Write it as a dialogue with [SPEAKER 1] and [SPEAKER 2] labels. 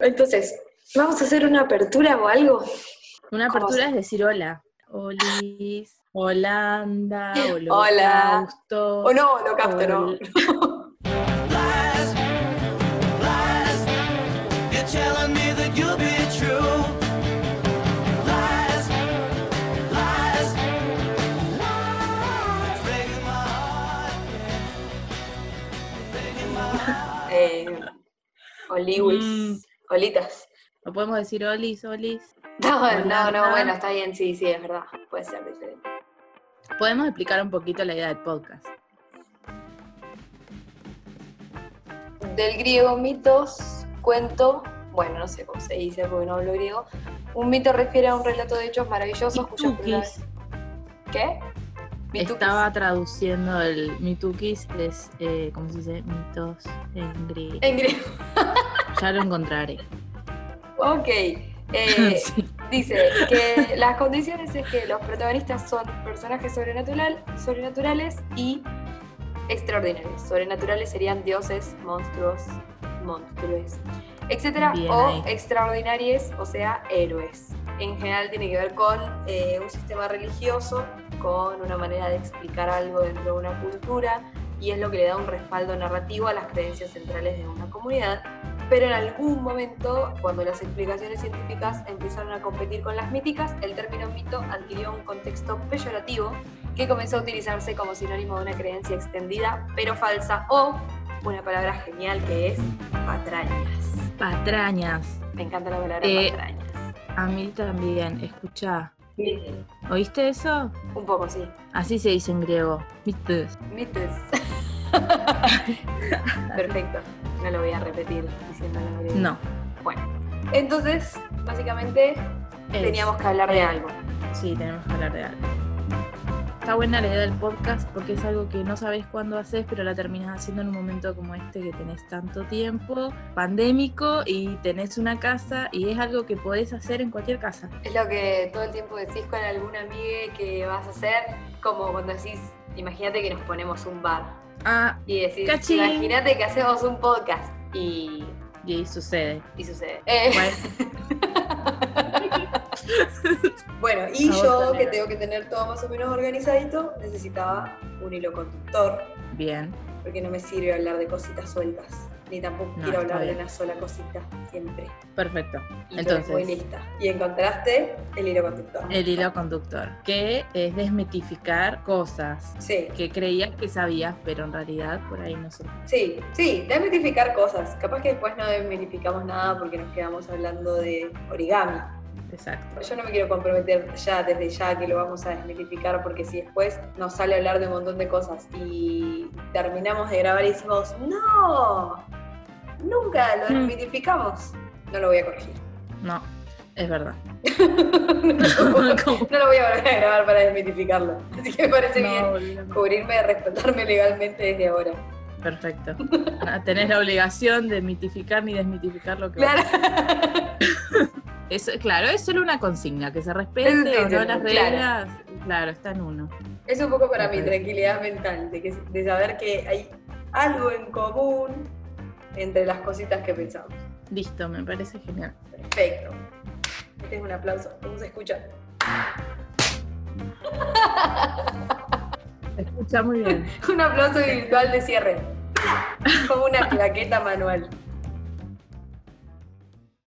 [SPEAKER 1] Entonces, ¿vamos a hacer una apertura o algo?
[SPEAKER 2] Una
[SPEAKER 1] ¿Cómo
[SPEAKER 2] apertura
[SPEAKER 1] se-
[SPEAKER 2] es decir hola. Olis, Holanda,
[SPEAKER 1] Hola.
[SPEAKER 2] Holocausto.
[SPEAKER 1] O no, no capto, no.
[SPEAKER 2] Ol-
[SPEAKER 3] Lies, lies. You're telling me that you'll be true. Lies, lies, lies. Breaking my heart, yeah. Breaking my heart.
[SPEAKER 1] Eh, oliwis.
[SPEAKER 2] Mm.
[SPEAKER 1] Olitas.
[SPEAKER 2] O podemos decir Olis, Olis.
[SPEAKER 1] No, no, no,
[SPEAKER 2] Holanda.
[SPEAKER 1] bueno, está bien, sí, sí, es verdad. Puede ser diferente.
[SPEAKER 2] Podemos explicar un poquito la idea del podcast.
[SPEAKER 1] Del griego mitos, cuento, bueno, no sé cómo se dice porque no hablo griego. Un mito refiere a un relato de hechos maravillosos cuyos primeros...
[SPEAKER 2] Mitukis.
[SPEAKER 1] ¿Qué? Mitukis.
[SPEAKER 2] Estaba traduciendo el Mitukis, es, eh, ¿cómo se dice? Mitos en griego.
[SPEAKER 1] En griego.
[SPEAKER 2] Ya lo encontraré.
[SPEAKER 1] Ok. eh,
[SPEAKER 2] Sí.
[SPEAKER 1] Dice que las condiciones es que los protagonistas son personajes sobrenatural, sobrenaturales y extraordinarios. Sobrenaturales serían dioses, monstruos, monstruos, etcétera,
[SPEAKER 2] Bien
[SPEAKER 1] o
[SPEAKER 2] ahí.
[SPEAKER 1] extraordinarios, o sea, héroes. En general tiene que ver con eh, un sistema religioso, con una manera de explicar algo dentro de una cultura y es lo que le da un respaldo narrativo a las creencias centrales de una comunidad pero en algún momento, cuando las explicaciones científicas empezaron a competir con las míticas, el término mito adquirió un contexto peyorativo que comenzó a utilizarse como sinónimo de una creencia extendida, pero falsa, o una palabra genial que es patrañas.
[SPEAKER 2] Patrañas.
[SPEAKER 1] Me encanta la palabra
[SPEAKER 2] Eh.
[SPEAKER 1] patrañas.
[SPEAKER 2] A mí también, escucha.
[SPEAKER 1] Mitos.
[SPEAKER 2] ¿Oíste eso?
[SPEAKER 1] Un poco, sí.
[SPEAKER 2] Así se dice en griego. Mitos.
[SPEAKER 1] Mitos. Perfecto. No lo voy a repetir diciendo la palabra.
[SPEAKER 2] No.
[SPEAKER 1] Bueno. Entonces, básicamente,
[SPEAKER 2] es-
[SPEAKER 1] teníamos que hablar de algo.
[SPEAKER 2] Sí, tenemos que hablar de algo. Está buena la idea del podcast porque es algo que no sabes cuándo haces, pero la terminas haciendo en un momento como este que tenés tanto tiempo, pandémico, y tenés una casa, y es algo que podés hacer en cualquier casa.
[SPEAKER 1] Es lo que todo el tiempo decís con alguna amiga que vas a hacer, como cuando decís, imagínate que nos ponemos un bar.
[SPEAKER 2] Ah,
[SPEAKER 1] Y decís,
[SPEAKER 2] Cachín.
[SPEAKER 1] imagínate que hacemos un podcast. Y,
[SPEAKER 2] y ahí sucede.
[SPEAKER 1] y sucede. Eh,
[SPEAKER 2] Bueno,
[SPEAKER 1] bueno, y
[SPEAKER 2] A vos,
[SPEAKER 1] yo, que
[SPEAKER 2] Daniela.
[SPEAKER 1] tengo que tener todo más o menos organizadito, necesitaba un hilo conductor,
[SPEAKER 2] bien.
[SPEAKER 1] porque no me sirve hablar de cositas sueltas, ni tampoco
[SPEAKER 2] No,
[SPEAKER 1] quiero
[SPEAKER 2] está
[SPEAKER 1] hablar de
[SPEAKER 2] bien.
[SPEAKER 1] una sola cosita siempre.
[SPEAKER 2] Perfecto.
[SPEAKER 1] Y
[SPEAKER 2] Entonces. Eh,
[SPEAKER 1] muy lista. Y encontraste el hilo conductor.
[SPEAKER 2] El hilo conductor, que es desmitificar cosas
[SPEAKER 1] Sí.
[SPEAKER 2] que creías que sabías, pero en realidad por ahí no se
[SPEAKER 1] Sí, sí, desmitificar cosas. Capaz que después no desmitificamos nada porque nos quedamos hablando de origami.
[SPEAKER 2] Exacto.
[SPEAKER 1] Yo no me quiero comprometer ya desde ya que lo vamos a desmitificar porque si después nos sale hablar de un montón de cosas y terminamos de grabar y decimos, no, nunca lo
[SPEAKER 2] Mm.
[SPEAKER 1] desmitificamos, no lo voy a corregir.
[SPEAKER 2] No, es verdad.
[SPEAKER 1] no lo voy a volver a grabar para desmitificarlo. Así que me parece
[SPEAKER 2] No,
[SPEAKER 1] bien
[SPEAKER 2] boludo, no.
[SPEAKER 1] cubrirme de respetarme legalmente desde ahora.
[SPEAKER 2] Perfecto. Ah, Tenés la obligación de mitificar ni desmitificar lo que
[SPEAKER 1] Claro.
[SPEAKER 2] Eso, claro, es solo una consigna, que se respete
[SPEAKER 1] Es
[SPEAKER 2] o no
[SPEAKER 1] decir,
[SPEAKER 2] las
[SPEAKER 1] claro.
[SPEAKER 2] reglas. Claro. está en uno.
[SPEAKER 1] Es un poco para mi
[SPEAKER 2] Ok.
[SPEAKER 1] tranquilidad mental, de, que, de saber que hay algo en común entre las cositas que pensamos.
[SPEAKER 2] Listo, me parece genial.
[SPEAKER 1] Perfecto. Este es un aplauso. ¿Cómo se escucha?
[SPEAKER 2] Se escucha muy bien.
[SPEAKER 1] Un aplauso virtual de cierre. Como una plaqueta manual.